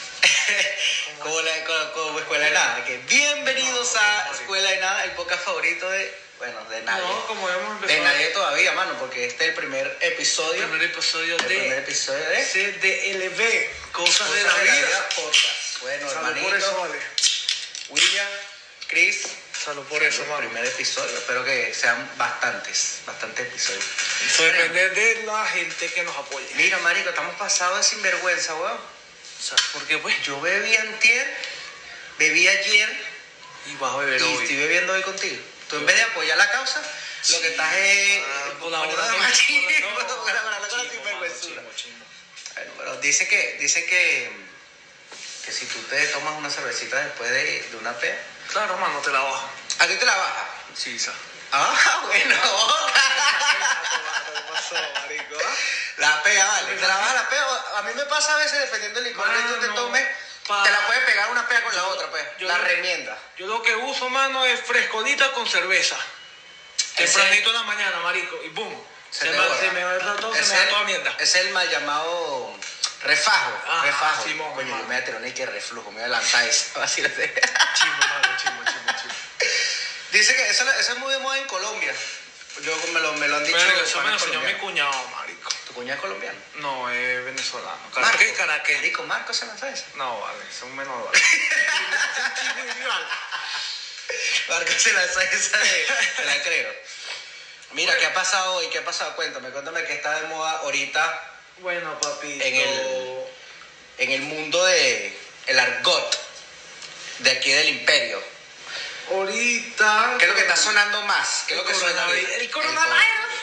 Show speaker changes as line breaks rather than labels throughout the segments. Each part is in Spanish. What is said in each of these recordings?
como, la, como, como Escuela de Nada. Que bienvenidos a Escuela de Nada, el podcast favorito de, bueno, de nadie.
No, como hemos
De
empezado.
nadie todavía, mano, porque este es el primer
El
episodio.
primer episodio
El primer
de
episodio de
CDLB, Cosas
Cosas
de la Vida.
Podcast. Bueno,
Salud por eso,
hermanito,
vale.
William, Chris.
Salud por eso,
el
mami.
primer episodio. Espero que sean bastantes, bastantes episodios.
Eso depende de la gente que nos apoye.
Mira, marico, estamos pasados de sinvergüenza, weón.
O sea, porque pues,
Yo bebí antier, bebí ayer,
y vas a beber
y
hoy.
estoy bebiendo hoy contigo. Tú en vez de apoyar la causa, lo que estás es
Ah,
colaborando
con-
más chismo,
no,
colaborando con la
chimbo,
sinvergüenzura.
mano, chimbo, chimbo.
Bueno, pero dice que, dice que, que si tú te tomas una cervecita después de, de una pea,
Claro, mano, te la bajo.
a ti te la baja.
Sí, sa.
Ah, bueno.
¿Qué Ah, pasó, marico? ah?
La pea, vale. Te la baja la pea. o- A mí me pasa a veces, dependiendo del licor que tú te
Mano,
tomes,
pa-
te la puedes pegar una pea con la otra, pues.
yo
La
no-
remienda.
Yo lo que uso, mano, es frescolita con cerveza.
Ese-
Tempranito en la mañana, marico, y boom. Se,
te
me,
borra.
se me va el rato, se
Es
me va
el-
toda mierda.
Es el mal llamado refajo.
Ah,
refajo.
Simón,
Coño, yo
hermano.
me voy a tirar un que reflujo, me voy a lanzar eso. Así lo sé.
Chimbo, mano, chimbo, chimbo, chimbo.
Dice que eso, eso es muy de moda en Colombia. Yo me lo, me lo han dicho.
Verga, eso me lo
panas
enseñó mi
colombianos.
cuñado, marico.
¿Tu cuñada es colombiana?
No, es venezolano.
Marco.
¿Caraqué? ¿Caraqué?
Marico, Marco se lanza eso.
No, vale, es un menor.
Marco se lanza esa de, te la creo. Mira, ¿qué ha pasado hoy? ¿Qué ha pasado? Cuéntame, cuéntame qué está de moda ahorita
bueno, papito.
En el- en el mundo de el argot de aquí del imperio.
Ahorita.
¿Qué es lo que está sonando más? ¿Qué es lo que
El
suena
coronavirus.
ahorita?
El coronavirus.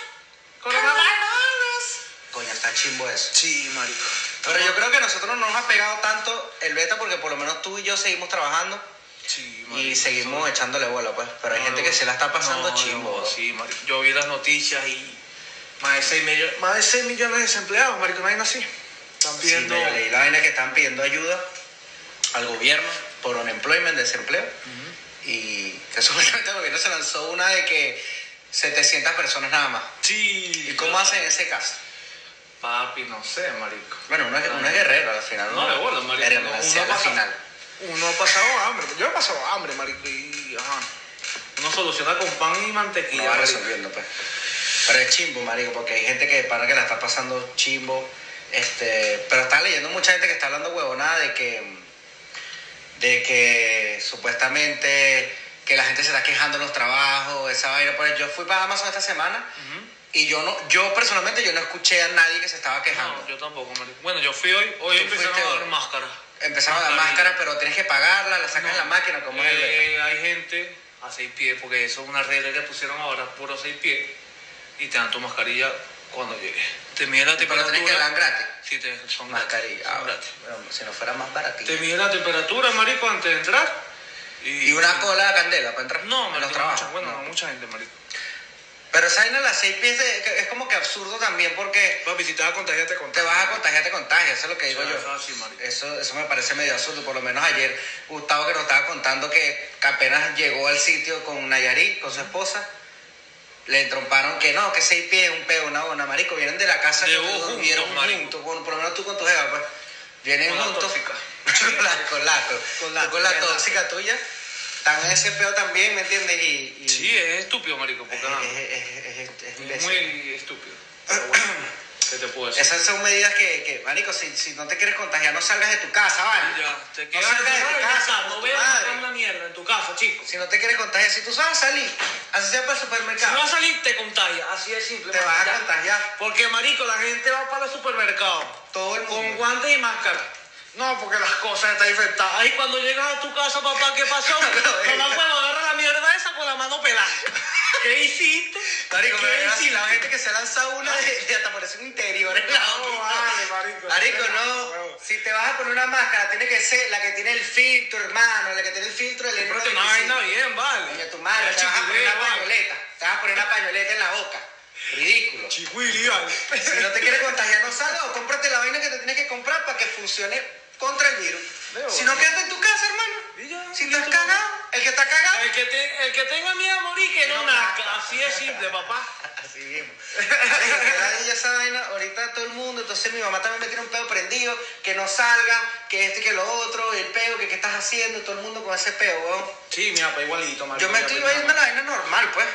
Coronavirus.
Coño, está chimbo eso.
Sí, marico.
Pero yo creo que nosotros no nos ha pegado tanto el beta porque por lo menos tú y yo seguimos trabajando
Sí,
y seguimos echándole bola, pues. Pero hay
No,
gente
no,
que se la está pasando
no,
chimbo.
no,
bro.
sí, marico. Yo vi las noticias y más de 6 millones, más de 6 millones de desempleados, marico, no hay así. Están
Sí,
pidiendo...
yo leí la vaina que están pidiendo ayuda al gobierno por unemployment, desempleo. Y que supuestamente el gobierno se lanzó una de que 700 personas nada más.
sí.
¿Y cómo hacen en ese caso?
Papi, no sé, marico.
Bueno, uno es, uno es guerrero al final.
No, de bola, marico,
Pero
no,
al
uno pasa-
final.
Uno ha pasado hambre. Yo he pasado hambre, marico, y... Ajá. Uno soluciona con pan y mantequilla.
lo va
marico.
resolviendo, pues. Pero es chimbo, marico, porque hay gente que de pana que la está pasando chimbo. Este, pero está leyendo mucha gente que está hablando huevonada de que de que supuestamente que la gente se está quejando en los trabajos, esa vaina. Pues yo fui para Amazon esta semana
Ujú.
y yo no, yo personalmente yo no escuché a nadie que se estaba quejando.
No, yo tampoco, marico. Bueno, yo fui hoy, hoy
Tú
empezaron
fuiste
a
hoy.
dar máscaras.
Empezaron a dar
Mascarilla.
máscaras, pero tienes que pagarla, la sacan en la máquina, como es el beta.
Eh, Hay gente a seis pies, porque eso es una regla que pusieron ahora, puro seis pies, y te dan tu mascarilla cuando llegues. Te mide la
Pero
temperatura.
tenés que dar gratis.
Sí, te, son
Mascarilla.
gratis,
Ah,
son gratis.
bueno, si no fuera más baratito.
Te mide la temperatura, marico, antes de entrar. Y,
Y una cola a candela para entrar
No,
en
marico,
los
no
trabajos.
mucha- bueno,
No.
no. mucha gente, marico.
Pero esa vaina de las seis pies de- es como que absurdo también porque
Papi, si te vas a contagiar, te
te
contagias.
vas a contagiar, te contagias, eso es lo que digo
Eso es
yo.
así, marico.
Eso, eso me parece medio absurdo, por lo menos ayer Gustavo que nos estaba contando que apenas llegó al sitio con Nayarit, con su esposa, le entromparon que no, que seis pies, un peo, una una marico, vienen de la casa
De
que
vos juntos,
durmieron
marico.
juntos, bueno, por lo menos tú con tu jeva, pues, vienen
Con la
juntos.
tóxica.
con la, con la, con,
Con la-
tú con la
con la-
tóxica tuya, están en ese peo también, ¿me entiendes? Y, y-
Sí, es estúpido, marico, porque nada,
es, es- es- es
es
imbécil.
muy estúpido. Pero bueno, ¿qué te puedo decir?
Esas son medidas que, que marico, si, si no te quieres contagiar, no salgas de tu casa, ¿vale?
Ya, te
No
quedas
salgas de
encerrado
tu
en
casa,
no
con tu
veas
madre.
una mierda en tu casa, chicos.
Si no te quieres contagiar, si tú sabes salir, así sea para el
Si no
supermercado,
vas a salir, te contagias. Así de simple.
te
marico,
vas a
ya.
contagiar.
Porque, marico, la gente va para el supermercado.
Todo el
Con
mundo.
guantes y máscara. No, porque las cosas están infectadas. Ahí cuando llegas a tu casa, papá, ¿qué pasó?
No,
Mamá, bueno, agarra la mierda esa con la mano pelada. ¿Qué hiciste?
Marico,
¿Qué
me veo así,
hiciste?
la gente que se lanza una de, de hasta parece un interior en la
No,
boca.
vale, marico.
Marico,
Espera,
no.
huevo.
Si te vas a poner una máscara, tiene que ser la que tiene el filtro, hermano, la que tiene el filtro del
Cómprate una vaina bien, vale.
Coño, tu madre,
Ya,
te vas a poner
chiquilín,
una
vale.
pañoleta. Te vas a poner una pañoleta en la boca. Ridículo.
Chiquilín, vale.
Si no te quieres contagiar, no salgas o cómprate la vaina que te tienes que comprar para que funcione contra el virus.
Veo.
Si no, quédate en tu casa, hermano.
Y ya,
Si
listo,
estás cagado, el que está cagado,
El El que, te- el que tenga miedo a morir, que no nazca. Así es simple, papá.
Así mismo. Marico, que ladilla esa vaina, ahorita todo el mundo, entonces mi mamá también me tiene un peo prendido, que no salga, que este, que lo otro, el peo, que qué estás haciendo, todo el mundo con ese peo, weón.
Sí, mi papá igualito, marico.
Yo me
mi
estoy
papá
haciendo la vaina normal, pues.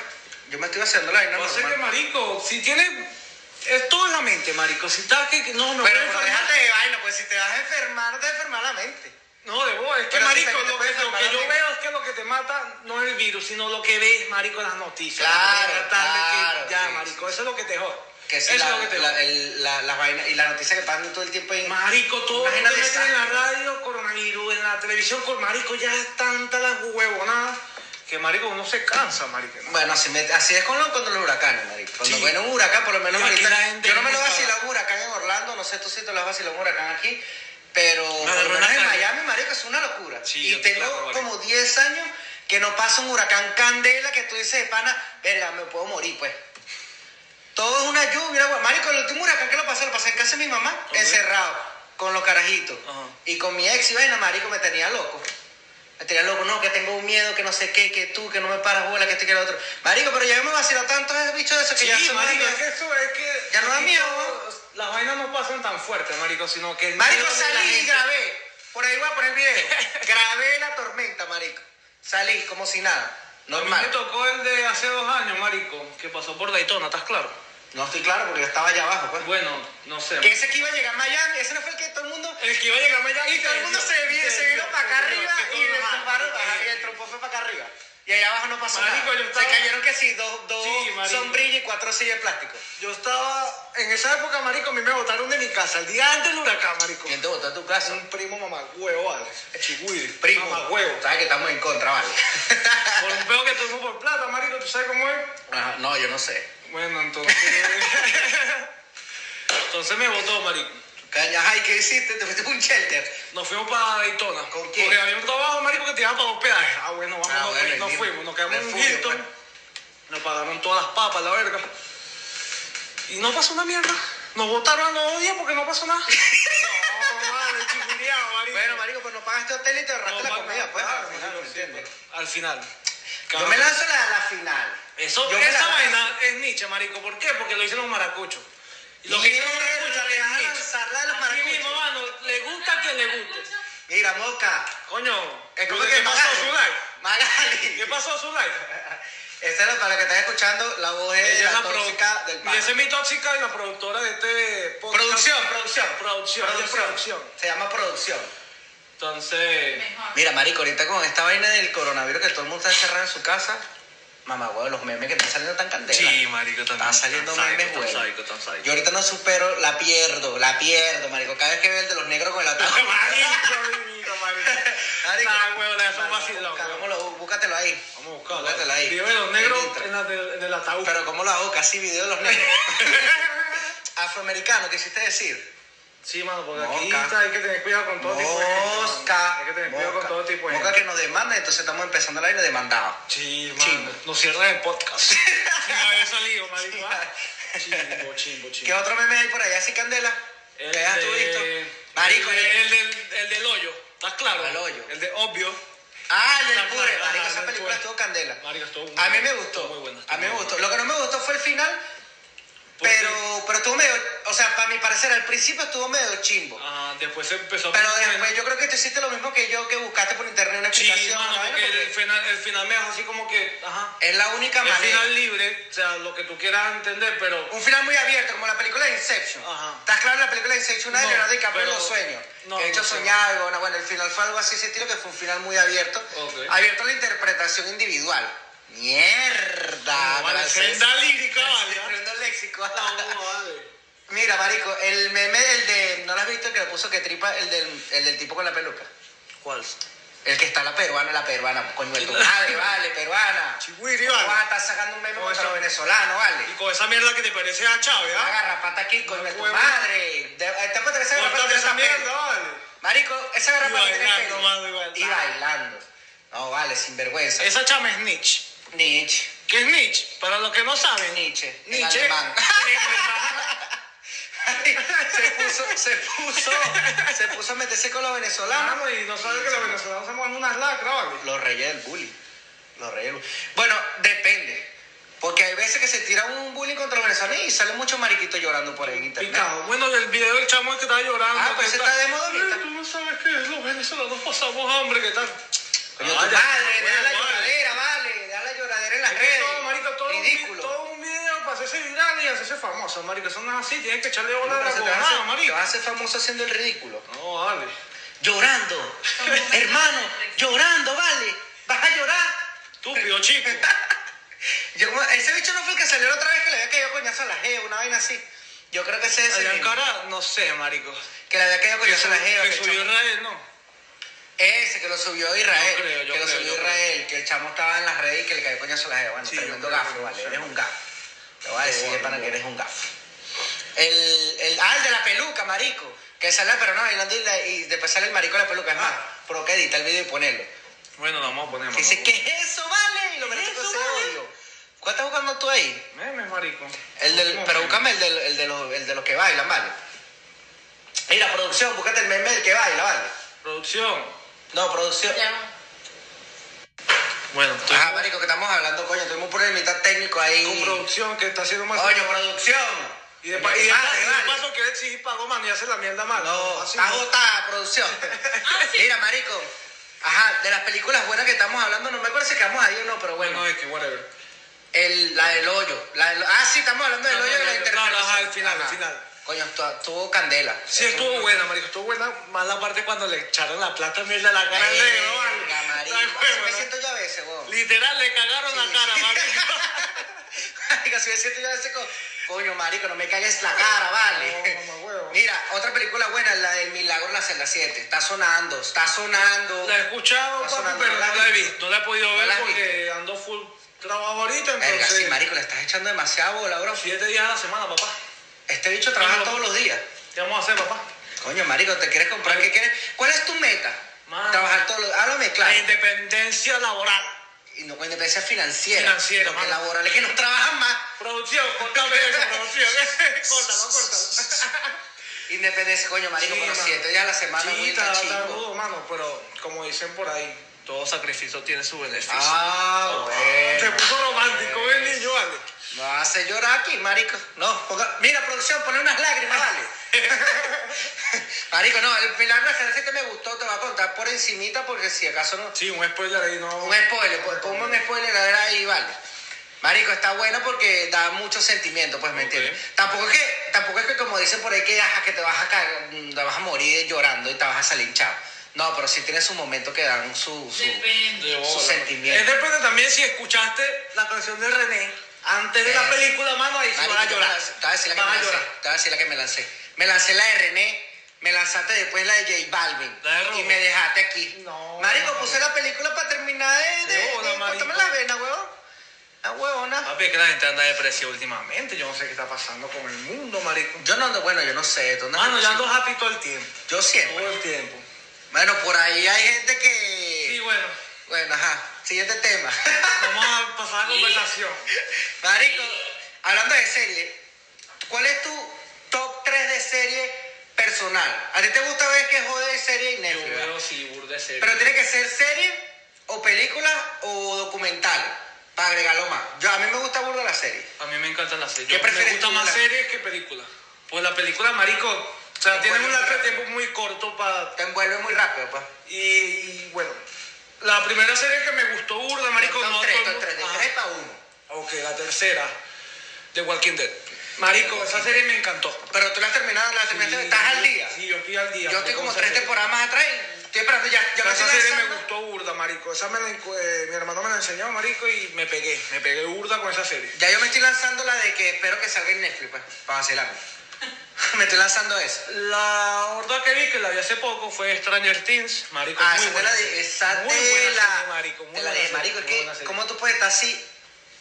Yo me estoy haciendo la vaina
No sé que,
normal.
marico, si tiene. Es todo en la mente, marico. Si estás que. que- No, me voy
Pero, pero
a enfermar.
déjate de vaina, pues si te vas a enfermar, te enfermar la mente.
No, de vos, es que
Pero sí
marico,
sé que te
lo, que,
puedes
lo
salvar
que
la
yo
mente.
veo es que lo que te mata no es el virus, sino lo que ves, marico, en las noticias.
Claro,
la tarde
claro,
que, ya,
sí,
marico, eso es lo que te jode.
Que
eso
si
es
la-
lo que te
la-
jode.
el- la- las vainas y las noticias que están todo el tiempo ahí.
Marico, todo lo que
Imagínate
meten
esa.
en la radio, coronavirus, en la televisión, con marico, ya es tanta las huevonadas que marico uno se cansa, marico. ¿no?
Bueno, así, me- así es con los, cuando los huracanes, marico. Cuando
Sí.
viene un huracán, por lo menos
Y aquí
ahorita-
la gente
Yo no me lo
no sabe.
vacilado un huracán en Orlando, no sé tú si te lo has vacilado un huracán aquí, pero por lo
pero en
menos
la
en
calle.
Miami, marico, es una locura.
Sí,
y
yo te
tengo
claro, vale.
como 10 años que no pasa un huracán candela que tú dices, pana, verga, me puedo morir, pues. Todo es una lluvia, güey. Marico, el último huracán que lo pasé, lo pasé en casa de mi mamá,
Ok.
encerrado, con los carajitos.
Ajá.
Y con mi ex y vaina, marico, me tenía loco. Me tenía Este loco, no, que tengo un miedo, que no sé qué, que tú, que no me paras bola, que este, que el otro. Marico, pero ya hemos vacilado tanto ese bicho de eso que
Sí,
ya se me da
marico,
miedo.
es que eso es que.
Ya no da
aquí
miedo,
todo- Las vainas no pasan tan fuerte, marico, sino que. el
Marico,
miedo de la
salí y
gente-
grabé. Por ahí voy a poner video. grabé la tormenta, marico. Salí como si nada.
A mí
Normal.
me tocó el de hace dos años, marico, que pasó por Daytona, ¿estás claro?
No estoy claro porque yo estaba allá abajo, pues.
Bueno, no sé.
Que ese que iba a llegar a Miami, ese no fue el que todo el mundo...
El que iba a llegar mañana
Y todo el mundo se, vi- se vino para acá arriba y el, tromparo- ajá, y el trompo fue para acá arriba. Y allá abajo no pasó
Marico,
nada.
yo estaba-
Se cayeron que sí, dos, dos
Sí, marico.
sombrillas y cuatro sillas de plástico.
Yo estaba en esa época, marico, a mí me botaron de mi casa el día antes del huracán, marico.
te botó a tu casa?
Un primo mamagüevo, vale. Chigüide.
Primo.
Mamagüevo.
Sabes que estamos en contra, vale.
Por un peo que tuvimos por plata, marico, ¿tú sabes cómo es?
Ajá, no, yo no sé.
Bueno, entonces. entonces me botó, marico.
Caña, ay, ¿qué hiciste? Te fuiste a un shelter.
Nos fuimos para Daytona.
¿Con quién?
Porque había un trabajo, marico, que te iban para hospedaje. Ah, bueno, vamos,
Ah,
nos-
bueno, y
nos
bien.
fuimos. Nos quedamos en un
Refugio,
Hilton.
pues.
Nos pagaron todas las papas, la verga. Y no pasó una mierda. Nos botaron a los dos días porque no pasó nada. no, vale, chiculeado, marico.
Bueno, marico, pues no pagaste hotel y te
No,
ahorraste la
más
comida,
nada,
pues.
claro,
al final,
marico,
¿me
sí,
entiendes?
pero Al final.
Yo me lanzo la, la final.
Eso,
yo me
esa
la
vaina es Nietzsche, marico. ¿Por qué? Porque lo hicieron los maracuchos. Y lo que hicieron los
Mierda,
maracuchos
le
es
vas a
Nietzsche.
lanzar la de los
Así
maracuchos.
mismo, mano. Le gusta a quien le guste.
Mira, mosca.
Coño,
Es como
¿qué
que
pasó
Magali.
Zulay?
Magali.
¿Qué pasó Zulay?
Esa era para que estás escuchando la voz de
Ella es
Eh, la
la pro-
tóxica del
Y
pan.
esa es mi tóxica y la productora de este podcast.
Producción, producción.
Producción, producción.
Se llama producción.
Entonces,
Mira, marico, ahorita con esta vaina del coronavirus que todo el mundo está encerrado en su casa, mamá, huevo, los memes que están saliendo tan candela.
sí, marico, también.
Están saliendo
tan
memes,
psycho,
güey.
tan psycho, tan psycho.
Yo ahorita no supero, la pierdo, la pierdo, marico. Cada vez que veo el de los negros con el ataque.
Marico, divino, marico.
Marico.
Nah, huevón, eso es un
Marico,
vacilón,
busca,
huevón.
¿cómo lo- Búscatelo ahí.
Vamos a buscarlo.
Búscatelo ahí.
Vive los
En
negros
Instagram.
en, la del- en el ataúd.
Pero ¿cómo lo hago? Casi video de los negros. Afroamericano, quisiste decir.
Sí, mano, porque aquí
Mosca.
está, hay que tener cuidado con todo tipo de gente. mano.
Mosca.
Hay que tener cuidado con
Mosca.
todo tipo de
Mosca
gente.
que nos demanda, entonces estamos empezando el aire demandado.
Sí,
Chimbo.
mano. Nos cierran el podcast. Sin haber salido, marico. ah. Chimbo, chimbo,
¿Qué
chimbo.
otro meme hay por allá, así Candela? ¿Qué
El
hayas tú
de-
visto? Marico, eh,
el,
el-
de- el del, el del hoyo. ¿Estás claro?
El hoyo.
El de obvio.
Ah, el del
Ajá,
pure.
ajá,
Marico, esa
del
película
pure.
estuvo Candela.
Marico, estuvo muy
A mí me
buena,
gustó.
muy buena,
A mí me
muy Pues
gustó. Lo que no me gustó fue el final,
¿Por qué?
pero, pero estuvo medio. O sea, para mi parecer, al principio estuvo medio chimbo.
Ah, después se empezó a
Pero
poner-
después yo creo que tú hiciste lo mismo que yo, que buscaste por internet una
Sí,
explicación.
mano,
una vaina,
porque el
porque
final, el final me dejó así como que. Ajá.
es la única
El
manera.
final libre, o sea, lo que tú quieras entender, pero.
Un final muy abierto, como la película de Inception.
Ajá.
¿Estás claro? La película de Inception, una de
No,
Leonardo DiCaprio en
pero-
los sueños.
no,
que de hecho
no sé.
soñaba algo. Bueno, bueno, el final fue algo así, ese estilo que fue un final muy abierto.
Ok.
Abierto a la interpretación individual. ¡Mierda!
No, vale,
me la sé.
senda lírica, vale.
Aprendo el léxico.
No, vale.
Mira, marico, el meme del de... ¿No lo has visto? El que le puso que tripa el del, el del tipo con la peluca.
¿Cuál?
El que está la peruana, la peruana. Coño, de tu madre, vale, peruana.
Chihuiri,
¿Cómo
vale.
vas a estar sacando un meme
Con
contra
esa-
los venezolanos, vale?
Y con esa mierda que te parece a Chávez,
Una
¿ah?
garrapata aquí, coño, de tu
Huevo.
madre. De- eh, Te apuesto que esa garrapata tiene
Cortate esa
hasta pelo.
mierda, vale.
Marico, esa garrapata
Y
tiene
bailando,
pelo.
mano, y bailando.
Y bailando. No, vale, sinvergüenza.
Esa chama es Nietzsche.
Nietzsche.
¿Qué es Nietzsche? Para los que no saben,
Nietzsche. en
Nietzsche.
alemán.
en alemán.
se puso, se puso, se puso a meterse con los venezolanos.
Mano, y no saben que los venezolanos somos unas lacras, ¿vale?
Los reyes del bullying. Los Reyes del Bullying. Bueno, depende. Porque hay veces que se tira un bullying contra los venezolanos y salen muchos mariquitos llorando por ahí en internet.
Picado. Bueno, el video del chamo que estaba llorando.
Ah, pues ese
que
está de moda ahorita.
Ay, Tú no sabes qué es, los venezolanos pasamos hambre, ¿qué tal?
Coño, tu
Ay, Ah, ya,
madre,
bueno,
deja la
vale.
lloradera, vale. Deja la lloradera en las
Es que
redes.
todo, marica, todo, un vi-
Ridículo.
todo un video para hacerse viral y hacerse famoso, marica. Eso no es así, tienes que echarle bola a
Pero
la
se te, vas a
cojada,
hacer, te vas a
marica.
hacer famoso haciendo el ridículo.
No, vale.
Llorando. Hermano, llorando, vale. Vas a llorar.
Estúpido, chico.
Yo como- ese bicho no fue el que salió la otra vez que le había caído coñazo a la G, una vaina así. Yo creo que ese es ese.
Allá en
mismo.
cara, no sé, marico.
Que le había caído coñazo a la G.
que subió Israel, no.
Ese que lo subió a Israel.
Yo creo, yo
que lo
creo,
subió
yo
Israel. Que el chamo estaba en las redes y que le cayó coñazo a la jeva. Bueno,
Sí, yo
tremendo
creo,
gafo,
yo
vale.
sé.
Eres un gafo. Te voy a decir
bueno,
para que
bueno.
eres un gafo. El, el, ah, el de la peluca, marico. Que sale la perona bailando y, la- y después sale el marico de la peluca. Es más,
Ah.
provoca editar el video y ponerlo.
Bueno, lo vamos a poner,
Que dice, ¿qué es eso, vale? Y lo merece
¿Eso,
ese
vale?
odio. ¿Cuál estás buscando tú ahí?
Memes, marico.
El del,
Memes.
pero búscame el, del- el de los, el de los que bailan, vale. Mira, producción, búscate el meme del que baila, vale.
Producción.
No, producción.
Bueno, estoy
Ajá, marico, que estamos hablando, coño. Tuvimos un problemita técnico ahí.
con producción que está haciendo más.
Coño, producción.
Y de,
Coño,
pa- y de
madre,
pa- y de
vale.
paso quiere exigir pago, mano, y hace la mierda mal.
No,
Así
está agotada, producción.
Ah,
Mira, marico. Ajá, de las películas buenas que estamos hablando, no me acuerdo si quedamos ahí o no, pero bueno.
Bueno, es que whatever.
El, la del hoyo. la del- ah, sí, estamos hablando del
No, no,
hoyo de
no,
la
no,
interpretación.
no, ajá, el final, el final.
Coño, estu- tuvo candela.
Sí,
Eso-
estuvo buena, marico. Estuvo buena. Más la parte cuando le echaron la plata mierda a la cara al negro, vale.
Verga, marico.
Ay,
Así me
bueno.
siento yo a veces, weón.
Literal, le cagaron la cara, marico.
Marico, si me siento yo así como, coño, marico, no me cagues la cara, vale.
No, mamahuevo.
Mira, otra película buena, la del Milagro en la celda 7. Está sonando, está sonando.
La he escuchado,
Está
papi,
sonando,
pero
¿no
no
la
la,
has
he
visto?
visto. No la he podido
¿No
ver
la has
porque
visto?
ando full trabajo ahorita,
Verga, sí,
entonces.
marico, le estás echando demasiado bola, bro.
siete días a la semana, papá.
Este bicho trabaja
Claro.
todos los días.
¿Qué vamos a hacer, papá?
Coño, marico, ¿te quieres comprar? ¿Qué quieres? ¿Cuál es tu meta?
Mano.
Trabajar todos los días. Háblame
La
claro.
independencia laboral.
Y no, con independencia financiera.
Financiera,
Porque
mano.
laborales que no trabajan más.
Producción, cortame eso, producción. córtalo, córtalo.
Independencia, coño, marico,
Sí,
pero
mano.
siete días a la semana,
Sí,
güey,
está,
está
está
chingo.
rudo, mano, pero como dicen por ahí, todo sacrificio tiene su beneficio.
Ah, bueno.
Se puso romántico el niño, vale.
Me va a hacer llorar aquí, marico. No, ponga- mira, producción, pone unas lágrimas, vale. marico, no, el Milagro de Jerez que me gustó, te voy a contar por encimita porque si acaso no...
Sí, un spoiler ahí, no.
Un spoiler, pues, ponme un spoiler a ver ahí, vale. Marico, está bueno porque da mucho sentimiento, pues, ¿me
Ok.
entiendes? Tampoco es que, tampoco es que como dicen por ahí que, ajá, que te vas a cagar, mm, te vas a morir llorando y te vas a salir hinchado. No, pero sí tiene su momento que dan su... su-
De
Su
bola.
sentimiento.
Es depende también si escuchaste la canción de René antes de
Eh.
la película, mano, ahí sí
Marico,
van a
yo
llorar.
me lancé- Te voy a decir la que
Van
me
a
lancé.
llorar.
Te voy a decir la que me lancé. Me lancé la de René, me lanzaste después la de J Balvin.
La de Robo.
y me dejaste aquí.
No,
Marico,
no,
puse la película para terminar de. de,
De bola,
de cortarme
marico.
la vena, huevón. La huevona.
Papi, es que la gente anda depresiva últimamente. Yo no sé qué está pasando con el mundo, marico.
Yo no ando, bueno, yo no sé. ¿tú andas
Mano, yo
depresivo?
Ah, ando happy todo el tiempo.
Yo siempre.
Todo el tiempo.
Bueno, por ahí hay gente que.
Sí, bueno,
Bueno, ajá. Siguiente tema.
vamos a pasar a la conversación.
Marico, hablando de serie, ¿cuál es tu top 3 de serie personal? ¿A ti te gusta ver que jode serie y
Yo
Netflix? verdad?
veo si burde serio.
Pero tiene que ser serie o película o documental para agregarlo más. Yo, a mí me gusta burda la serie.
A mí me encantan las series.
¿Qué
Yo-
prefieres
me gusta
tú,
más
la-
series que películas. Pues la película, marico, o
Te
sea, tienen
envuelve
un largo
muy
de
rápido.
tiempo muy corto para...
Te envuelve muy rápido, pues.
Y, y bueno, la primera serie que me gustó burda, marico,
Top
no... ah.
tres,
todo el
top
mundo-
tres, de
Ajá.
tres para uno.
Ok, la tercera, The Walking Dead. Marico, esa serie me encantó.
Pero tú la has terminado, la terminaste, estás al día.
Sí, yo estoy al día.
Yo estoy
marico,
como
esa
tres
serie.
temporadas más atrás y estoy esperando ya. ya
Pero
me
esa
estoy
serie
lanzando.
me gustó burda, marico. Esa me la encu- eh, mi hermano me la enseñó, marico, y me pegué. Me pegué burda con esa serie.
Ya yo me estoy lanzando la de que espero que salga en Netflix, pues, para vacilarme. me estoy lanzando eso.
La horda que vi, que la vi hace poco, fue Stranger Things. Marico,
Ah,
muy
esa
buena
tela de,
serie.
esa
Muy buena
tela.
serie, marico. Muy
Tela de
buena serie,
marico, es
muy
que,
buena serie.
¿cómo tú puedes estar así?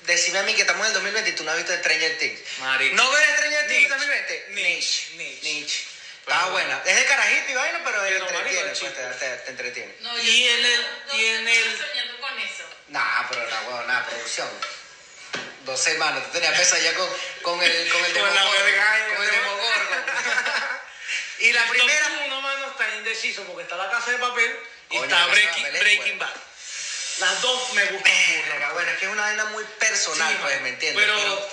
Decime a mí que estamos en el 2020 y tú no has visto Stranger Things.
Marico.
¿No ves Stranger Things en
Niche.
2020?
Niche, niche.
Niche.
Pero
Está
bueno.
buena. Ah, Es de carajito y vaina, pero,
Pero,
te
marico,
entretiene.
es
pues, te,
chico.
te- te entretiene.
No,
Y
yo-
en el-
no,
y
no
en
estoy
el-
soñando con eso.
Nah, pero la huevona, nada, producción. Dos semanas, tú tenías pesadilla con, con el con el
Con la
Demogorgon,
verga, eh,
Con el
te-
Demogorgon. y la primera.
Top uno, mano, está indeciso porque está la casa de papel y
Coño, La
está
Casa de
Breaking,
Papel es
Breaking
buena.
Bad. Las dos me gustan burda.
Bueno, es que es una vaina muy personal,
Sí,
pues,
mano.
¿me entiendes?
Pero-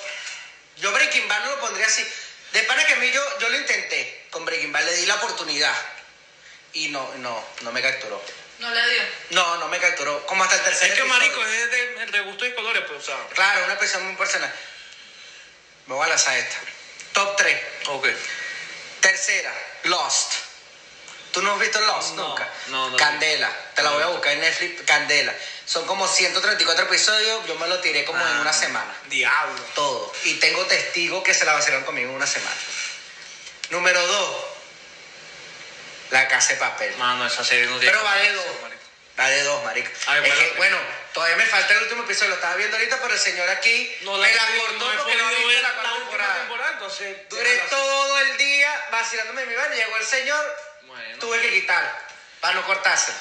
yo Breaking Bad no lo pondría así. De pana que a mí yo, yo lo intenté con Breaking Bad, le di la oportunidad y no, no, no me capturó.
No la dio.
No, no me capturó. Como hasta el tercer
Es que
episodio.
marico es de, de gustos y colores, pues, o sea.
Claro, una expresión muy personal. Me voy a lanzar esta. Top 3.
Ok.
Tercera, Lost. ¿Tú no has visto Lost
No,
nunca?
no, no.
Candela. Te la
No.
voy a buscar en Netflix. Candela. Son como 134 episodios. Yo me lo tiré como
Ah.
en una semana.
Diablo.
Todo. Y tengo testigos que se la vacilaron conmigo en una semana. Número 2. La casa de papel.
Mano, esa serie no tiene.
Pero vale dos.
marico.
Vale dos, marica.
A ver,
es
bueno,
que, bueno, todavía me falta el último episodio. Lo estaba viendo ahorita, pero el señor aquí
No
me la
he-
cortó
he
porque no
podido
viste
ver
la cuarta
última
temporada.
temporada, entonces.
Duré todo el día vacilándome en mi baño. Llegó el señor,
Bueno.
tuve que quitar para no cortarse.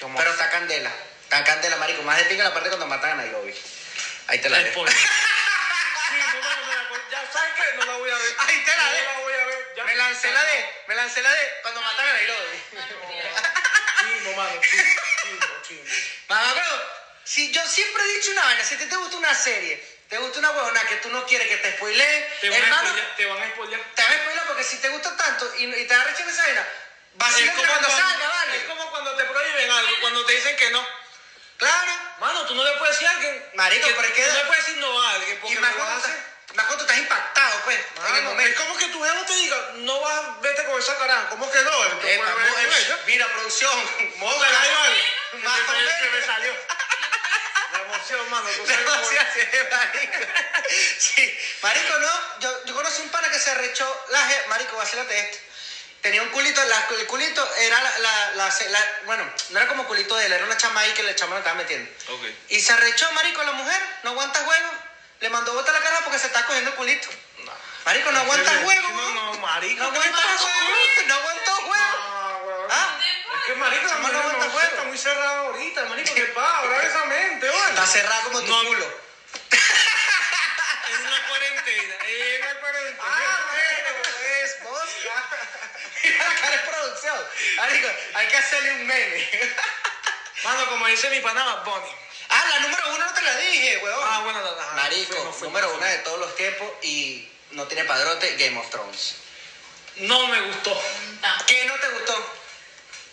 ¿Cómo?
Pero está candela. Está candela, marico. Más de pinga la parte cuando matan a Nairobi. Ahí te la
Es
dejo.
por- Sí, no, no, no me la acuerdo. Ya sabes que no la voy a ver.
Ahí te la
No
dejo.
la voy a ver. ya.
Me lancé la de, me lancé la de cuando matan a Nairobi.
Chimbo, mano. Chimbo, chimbo.
Mamá, bro, si yo siempre he dicho una vaina, si a ti te gusta una serie, te gusta una huevona que tú no quieres que te spoileen,
Te van a
hermano,
spoilear, Te van a spoilear.
te vas a spoiler porque si te gusta tanto y, y te da rechazo esa vaina, vacílate cuando salga, ¿vale?
es como cuando te prohíben algo, cuando te dicen que no.
Claro.
Mano, tú no le puedes decir a alguien.
Marico,
que-
pero es que-
Tú no le puedes decir no a alguien
Y
porque
más
lo vas a
cuando,
hacer.
estás- más cuando estás impactado, pues, en el
Mano, es
momento.
como que tu jefe te diga, no vas, vete con esa caraja. ¿Cómo que no? Entonces,
Epa,
bueno,
mo-
bueno,
eh,
bueno.
mira, producción,
Pero
móvela,
ahí
ahí
vale.
vale. Más o
Se me- se me
menos.
salió. La emoción, mano. tú sabes cómo
Demasiado,
es.
sí, marico. Sí, marico, no. Yo, yo conocí un pana que se arrechó la je- Marico, vacílate esto. Tenía un culito, la- el culito era la, la- la- la- Bueno, no era como culito de él, era una chama ahí que la chama lo estaba metiendo.
Ok.
Y se arrechó, marico, la mujer, no aguanta juego. Le mandó botar la cara porque se está cogiendo el culito. Marico, no aguanta
Sí,
juego.
No, no, marico.
No
¿qué
aguantó
pasa,
juego, no aguantó juego.
No, weón.
Ah,
Es que marico, la
Chamo, no
mano
aguanta
no
juego.
está muy cerrada ahorita, marico. ¿Qué pasa? Abra esa mente, vale.
está cerrado como tu
No.
culo.
En una cuarentena. En una cuarentena.
Ah, bueno, pues, mosca. Mira la cara de producción. Marico, hay que hacerle un meme.
Mano, como dice mi pana Bonnie.
Ah, la número uno no te la dije, weón.
Ah, bueno, no, no, no,
Marico,
fui, no fui,
número
no fui.
una de todos los tiempos y no tiene padrote, Game of Thrones.
No me gustó.
¿Qué no te gustó?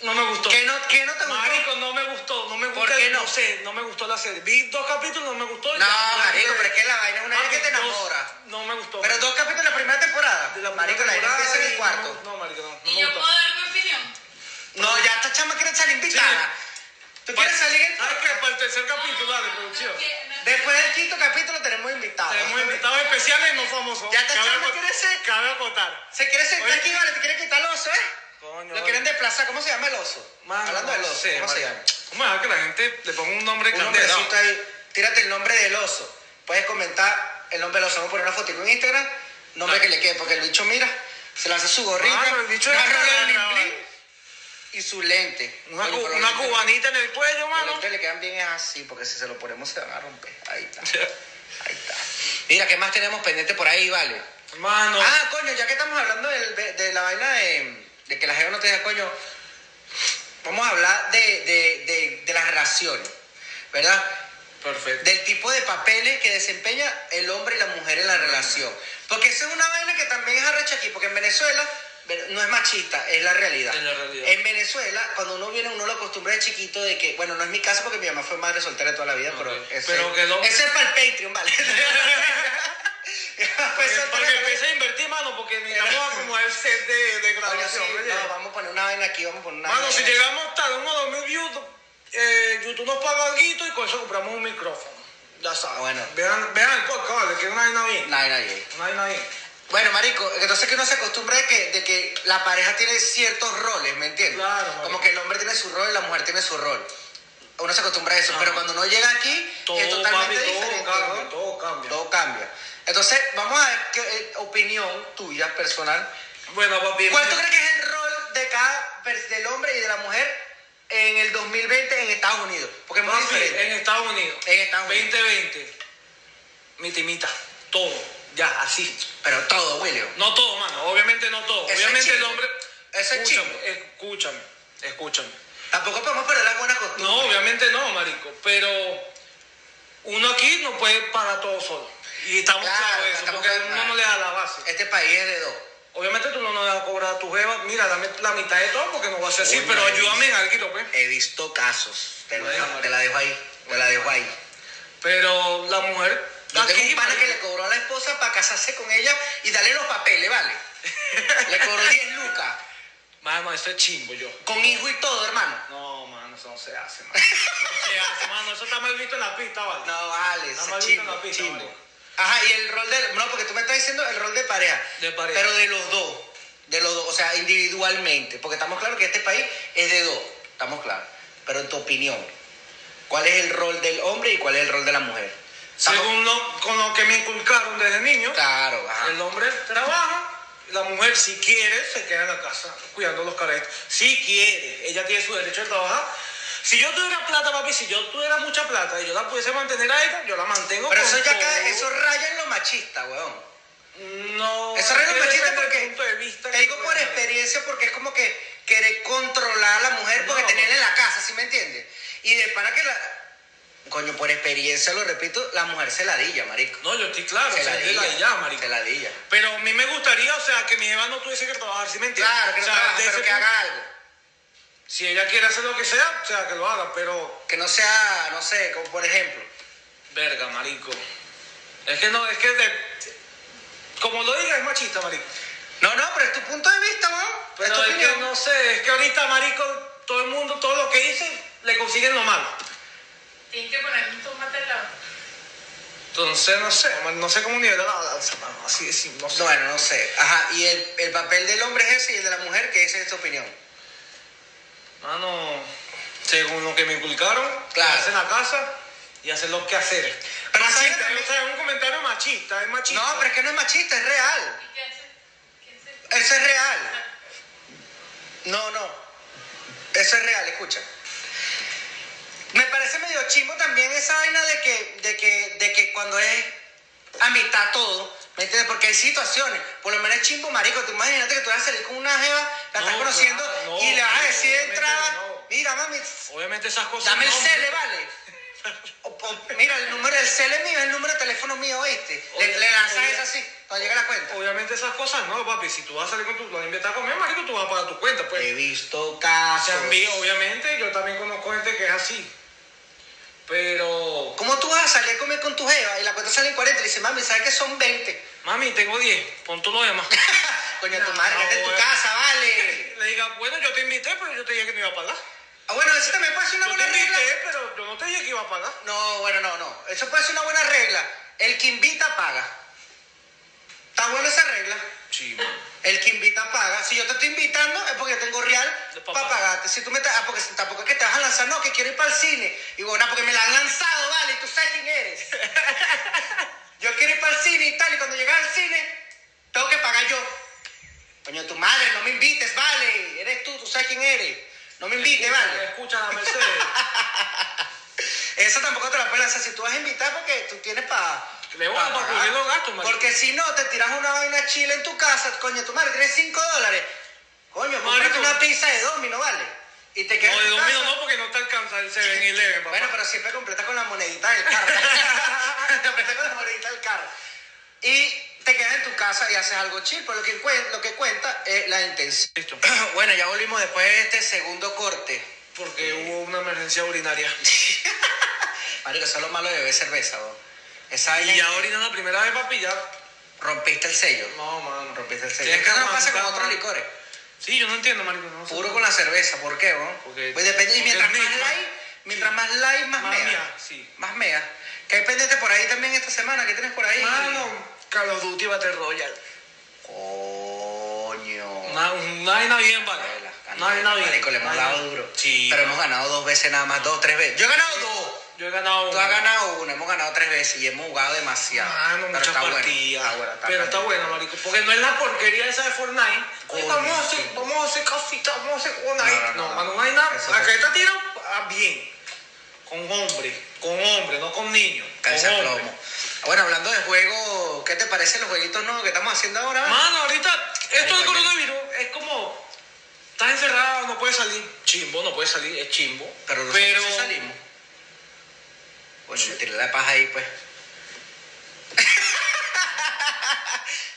No me gustó.
¿Qué no, qué no te gustó?
Marico, no me gustó, no me gustó.
¿Por qué no?
sé, no me gustó la serie. Vi dos capítulos, no me gustó.
No, marico, pero es que la vaina es una vaina que te enamora.
No me gustó.
Pero dos capítulos de la primera temporada.
De la
marico, la
primera
vaina empieza en el
temporada y
cuarto.
No, no, marico, no. no
¿Y
me
yo
gustó.
puedo dar mi opinión?
No, ya esta chama quiere salir invitada. ¿Tú
Pa-
quieres salir en-
¿Sabes qué? Para el tercer capítulo, dale, producción.
Después del quinto capítulo tenemos invitados.
Tenemos invitados especiales y no famosos.
Ah, Ya esta
Cabe
chama
acot-
quiere ser-
Cabe acotar.
Se quiere sentar
Oye.
aquí, vale, te quiere quitar el oso, ¿eh?
Coño.
Lo quieren desplazar, ¿cómo se llama el oso?
Mano,
Hablando del
no
oso,
sé,
¿cómo se
marico.
llama?
Vamos a dejar que la gente le ponga un nombre
Un
candela.
nombrecito ahí, tírate el nombre del oso. Puedes comentar el nombre del oso, vamos a poner una fotico en Instagram, nombre
Dale.
que le quede, porque el bicho mira, se le hace su gorrita,
Mano, el bicho
una
es
rola de
cagada,
bling bling
vale.
y su lente.
Una,
Coño,
cu-
pero los
una
lentes-
cubanita en el cuello,
Los
mano.
lentes le quedan bien es así, porque si se lo ponemos se van a romper. Ahí está, ahí está. Mira, ¿qué más tenemos pendiente por ahí, vale?
Mano.
Ah, coño, ya que estamos hablando del- de, de la vaina de, de que la gente no te diga coño, vamos a hablar de, de- de- de las relaciones, ¿verdad?
Perfecto.
Del tipo de papeles que desempeña el hombre y la mujer en la relación. Porque eso es una vaina que también es arrecha aquí, porque en Venezuela ve- no es machista, es la realidad.
Es la realidad.
En Venezuela, cuando uno viene, uno lo acostumbra de chiquito de que, bueno, no es mi caso porque mi mamá fue madre soltera toda la vida,
Ok.
pero, ese,
Pero que el hombre-
ese es para el Patreon, ¿vale? Mi mamá fue soltera toda
Porque- porque
la vida.
empecé a invertir, mano, porque necesitamos acomodar el set de, de
Coño, sí,
grabación. oye.
no, vamos a poner una vaina aquí, vamos a poner una
mano,
vaina
si
aquí.
llegamos tarde, unos 2000 views, eh, YouTube nos paga algo y con eso compramos un micrófono.
Ya sabes, bueno.
Vean, vean el podcast, vale, que es una vaina bien.
Nada, nadie.
Una vaina bien.
Bueno, marico, entonces que uno se acostumbra de que, de que la pareja tiene ciertos roles, ¿me entiendes?
Claro, marico.
Como que el hombre tiene su rol y la mujer tiene su rol. Uno se acostumbra a eso,
Ajá.
pero cuando uno llega aquí
Todo,
es totalmente
papi, todo
diferente.
cambia,
¿no?
todo cambia.
Todo cambia. Entonces, vamos a ver qué eh, opinión tuya personal.
Bueno, papi.
¿Cuál tú crees que es el rol de cada per- del hombre y de la mujer en el 2020 en Estados Unidos? Porque es muy
Papi,
diferente.
en Estados Unidos.
En Estados Unidos.
2020. Mi timita. Todo. Ya, así.
Pero todo, William.
No todo, mano. Obviamente no todo.
Eso es
Obviamente el
chimbo.
hombre.
Eso es
escúchame,
chimbo.
escúchame, escúchame.
Tampoco podemos perder las buenas tú.
No, obviamente no, marico. Pero uno aquí no puede parar todo solo. Y estamos
Claro,
claros de eso,
estamos
porque
claros.
uno no le da la base.
Este país es de dos.
Obviamente tú no nos vas a cobrar a tu jeva, mira, dame la mitad de todo porque no va a ser así,
Coño,
pero
ahí.
ayúdame en algo, pues.
He visto casos. Te, lo
Bueno,
dejo- te la dejo ahí. Te la dejo ahí.
Pero la mujer
Yo tengo un pana
marico.
que le cobró a la esposa para casarse con ella y darle los papeles, ¿vale? Le cobró 10 lucas.
Mano, eso es chimbo yo.
Con hijo y todo, hermano.
No, mano, eso no se hace, mano. No se hace, mano. Eso está mal visto en la pista, ¿vale?
No, vale,
Nada
ese
más viste
chimbo,
la pista,
chimbo.
vale.
Ajá, y el rol de... No, porque tú me estás diciendo el rol de pareja.
De pareja.
Pero de los dos. De los dos, o sea, individualmente. Porque estamos claros que este país es de dos. Estamos claros. Pero en tu opinión, ¿cuál es el rol del hombre y cuál es el rol de la mujer? Estamos-
Según lo, con lo que me inculcaron desde niño,
Claro, ajá.
el hombre trabaja, la mujer si quiere se queda en la casa cuidando los carajitos. Si quiere, ella tiene su derecho de trabajar. Si yo tuviera plata, papi, si yo tuviera mucha plata y yo la pudiese mantener a ella, yo la mantengo.
Pero
con
eso ya
todo.
cae, eso raya en lo machista, weón.
No.
Eso es
que
lo machista
depende del
porque.
punto de vista
te
que
digo
tú
por
tengas.
experiencia porque es como que querer controlar a la mujer porque
No.
tenerla en la casa, ¿sí me entiendes? Y de para que la. Coño, por experiencia lo repito, la mujer se ladilla, marico.
No, yo estoy claro,
se
o sea, es de la ya, marico.
Se ladilla.
Pero a mí me gustaría, o sea, que mi jeva no tuviese que trabajar, ¿sí me entiendes?
Claro, que
O
no
sea,
trabaja,
de
pero
ese
que
punto-
haga algo.
Si ella quiere hacer lo que sea, o sea, que lo haga, pero...
Que no sea, no sé, como por ejemplo.
Verga, marico. Es que no, es que de... Como lo diga, es machista, marico.
No, no, pero es tu punto de vista, weón.
Pero
es
es,
tu
que
opinión.
no sé, es que ahorita, marico, todo el mundo, todo lo que dicen, le consiguen lo malo.
Tienes que poner un tomate al lado.
Entonces, no sé, man, no sé cómo nivelar la balanza, mano, así de simple, no sé.
Bueno, no sé. Ajá, y el, el papel del hombre es ese y el de la mujer, que esa es tu opinión.
Mano, según lo que me inculcaron,
Claro.
hacer la casa y hacer los quehaceres.
Pero
machista,
¿sabes también?
o sea, es un comentario machista, es machista.
No, pero es que no es machista, es real.
¿Y qué haces? ¿Qué haces?
Eso es real. No, no. Eso es real, escucha. Me parece medio chimbo también esa vaina de que, de que, de que cuando es a mitad todo, ¿me entiendes? Porque hay situaciones. Por lo menos es chimbo, marico. Tú imagínate que tú vas a salir con una jeva, la estás
No,
conociendo
claro, no,
y le vas a
marico,
decir de
obviamente
entrada,
no.
mira, mami,
Obviamente esas cosas.
dame el
no,
cele,
no.
vale. O- o, mira, el número del cele mío es el número de teléfono mío, ¿oíste? Le,
Obvio-
le lanzas
obvio-
eso así, cuando llega la cuenta.
Obviamente esas cosas no, papi. Si tú vas a salir con tu. Lo invitas a comer, marico, tú vas a pagar tu cuenta,
He
pues.
visto
O sea,
casos.
vi- obviamente, yo también conozco gente que es así. Pero.
¿Cómo tú vas a salir a comer con tu jeva y la cuenta sale en 40 y le dices, mami, ¿sabes que son 20?
Mami, tengo 10, pon todo lo demás.
Coño, tu
No,
madre, vete de tu
bueno.
casa, vale.
Le diga, bueno, yo te invité, pero yo te dije que no iba a pagar.
Ah, bueno, eso también puede ser una
Yo te
buena regla.
invité, pero yo no te dije que iba a pagar.
No, bueno, no, no. Eso puede ser una buena regla. El que invita paga. ¿Está buena esa regla?
Sí, mami.
El que invita paga. Si yo te estoy invitando es porque tengo real
De pa'
para
pagar.
pagarte. Si tú me estás, ah, porque si- tampoco es que te vas a lanzar, no, que quiero ir para el cine. Y bueno, porque me la han lanzado, vale, y tú sabes quién eres. yo quiero ir para el cine y tal, y cuando llegas al cine, tengo que pagar yo. Coño, tu madre, no me invites, vale, eres tú, tú sabes quién eres. No me invites, vale.
Escucha la Mercedes.
Eso tampoco te la puedes lanzar. Si tú vas a invitar, porque tú tienes para.
Le voy a pagar los gastos, marico.
Porque si no, te tiras una vaina chile en tu casa, coño, tu madre, tienes 5 dólares. Coño, cómprate
Marico.
una pizza de domino, ¿vale? Y te quedas
No,
en
de
tu
domingo
casa.
no, porque no te alcanza el 7-Eleven, papá.
Bueno, pero siempre completa con la monedita del carro. completa con la monedita del carro. Y te quedas en tu casa y haces algo chill, pero lo que, cuen- lo que cuenta es la intención.
Listo.
bueno, ya volvimos después de este segundo corte.
Porque hubo una emergencia urinaria.
Marico, eso es lo malo de beber cerveza, vos. Esa vaina
Y ya orinan la primera vez, papi, ya.
rompiste el sello.
No, mano,
Rompiste
rompiste
el sello. Es que no pasa con otros licores.
Sí, yo no entiendo, marico. No sé.
Puro con la cerveza, ¿por qué, bro?
Porque-
pues depende, y
porque
mientras
es
más
mixto.
light, mientras
Sí.
más light, más,
Más
mea.
mea, sí.
Más mea. Que hay pendiente por ahí también esta semana, ¿qué tienes por ahí?
Mano, Call of Duty Battle Royale.
Coño.
Una una vaina bien, vale.
Candela,
Una vaina bien.
Marico, le hemos
Una vaina-
dado duro.
Sí.
Pero hemos ganado dos veces nada más, dos, tres veces. Yo he ganado dos.
Yo he ganado
Tú
una.
has ganado una, hemos ganado tres veces y hemos jugado demasiado.
Mano,
Pero
muchas
está bueno,
partidas.
está bueno, está
pero está
caliente.
bueno, marico. Porque no es la porquería esa de Fortnite.
Coño,
Ay, vamos a hacer,
sí.
vamos a hacer cosita, vamos a hacer una.
No, no,
No,
no, no.
mano, no hay nada.
Eso
La
es-
que está tira ah, bien. Con hombre, con hombre, no con niño.
Calza
con hombre.
plomo. Ah, Bueno, hablando de juego, ¿qué te parecen los jueguitos nuevos que estamos haciendo ahora?
Mano, ahorita, esto
Marico,
del
yo-
coronavirus es como Estás encerrado, no puedes salir. Chimbo, no puedes salir, es chimbo.
Pero
no
nosotros sí salimos. Bueno, me tiré la paja ahí, pues.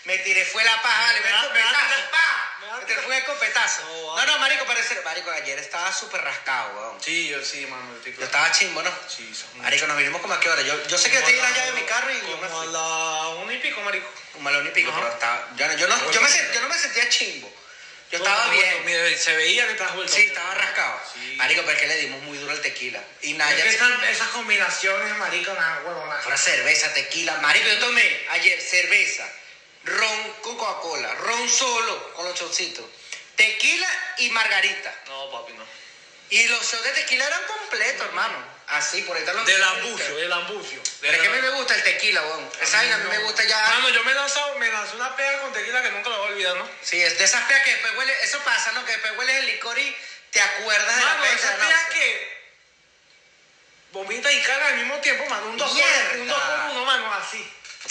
me tiré fue la paja, vale, me
Me da- me da
escopetazo.
tirar paja, me da
Me tiré
tirar-
fue escopetazo.
No,
No,
vale.
no, marico, parece... Marico, ayer estaba súper rascado, weón.
Sí, yo sí, mano. Yo
Yo estaba chimbo, ¿no?
Sí, son-
Marico, nos vinimos como a qué hora. Yo, yo sé que yo te di la llave de mi carro y yo me
Como a
fui.
la una y pico, marico.
Un malón y pico,
Ajá.
pero estaba... Yo no, yo, no, yo me, sent- yo no me sentía chimbo. Yo estaba
Todo,
bien.
bueno, mira, se veía que estabas vuelto.
Sí, estaba rascado.
Sí.
Marico, pero es que le dimos muy duro al tequila. Y
Es
Naya...
que esas, esas combinaciones, marico, nada, huevo, nada.
Ahora cerveza, tequila. Marico, yo tomé ayer cerveza, ron con Coca-Cola, ron solo con los chocitos, tequila y margarita.
No, papi, no.
Y los shots de tequila eran completos, hermano. Así, por ahí están los...
Del ambucio, del ambucio.
Pero es que a mí
Del-
me gusta el tequila, weón. Esa vaina a mí me gusta ya...
Mano, yo me lanzado, me lanzó una pega con tequila que nunca la voy a olvidar, ¿no?
Sí, es de esas peas que después huele... Eso pasa, ¿no? Que después hueles el licor y te acuerdas de la
Mano,
pea.
esa pega que vomita y caga al mismo tiempo, mano. Un 2 por, un
Mierda.
dos por uno, mano, así.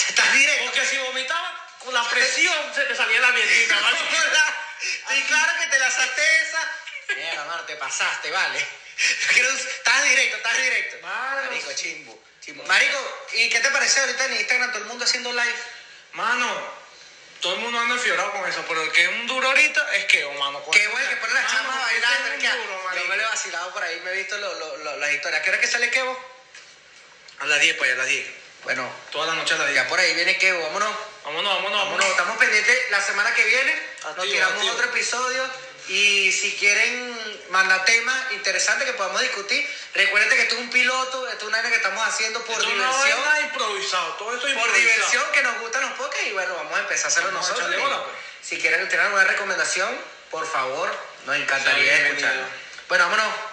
Estás directo.
Porque si vomitaba, con la presión se te salía la mierdita, mano.
Sí, claro que te lanzaste esa. Mierda, mano, te pasaste, vale. Creo que Estás directo, estás directo.
Mano,
Marico,
sí.
chimbo. chimbo. Marico, ¿y qué te pareció ahorita en Instagram todo el mundo haciendo live?
Mano, todo el mundo anda enfiorado con eso, pero el que es un duro ahorita es que, oh, mano.
Qué bueno este que ponen las chamas a bailar,
Es
perquear.
un duro,
Yo me lo he
marico.
vacilado por ahí, me he visto lo- lo- lo- las historias. ¿A qué hora que sale Kevo?
A las 10, pues, a las 10.
Bueno,
Toda la noche a las 10.
ya por ahí viene Kevo, vámonos.
pues. Vámonos, vámonos,
Vámonos,
vámonos.
pues estamos pendientes la semana que viene. Nos
Activo,
tiramos
activo.
otro episodio. Y si quieren mandar temas interesantes que podamos discutir, recuerden que esto es un piloto, esto es una vaina que estamos haciendo por
Esto no
diversión.
es nada improvisado, todo esto es
por
improvisado.
diversión que nos gustan los podcasts y bueno, vamos a empezar a hacerlo
Vamos a
nosotros.
echarle bola, pues.
Si quieren tener alguna recomendación, por favor, nos encantaría
Sea bienvenido.
escucharlo. Bueno, vámonos.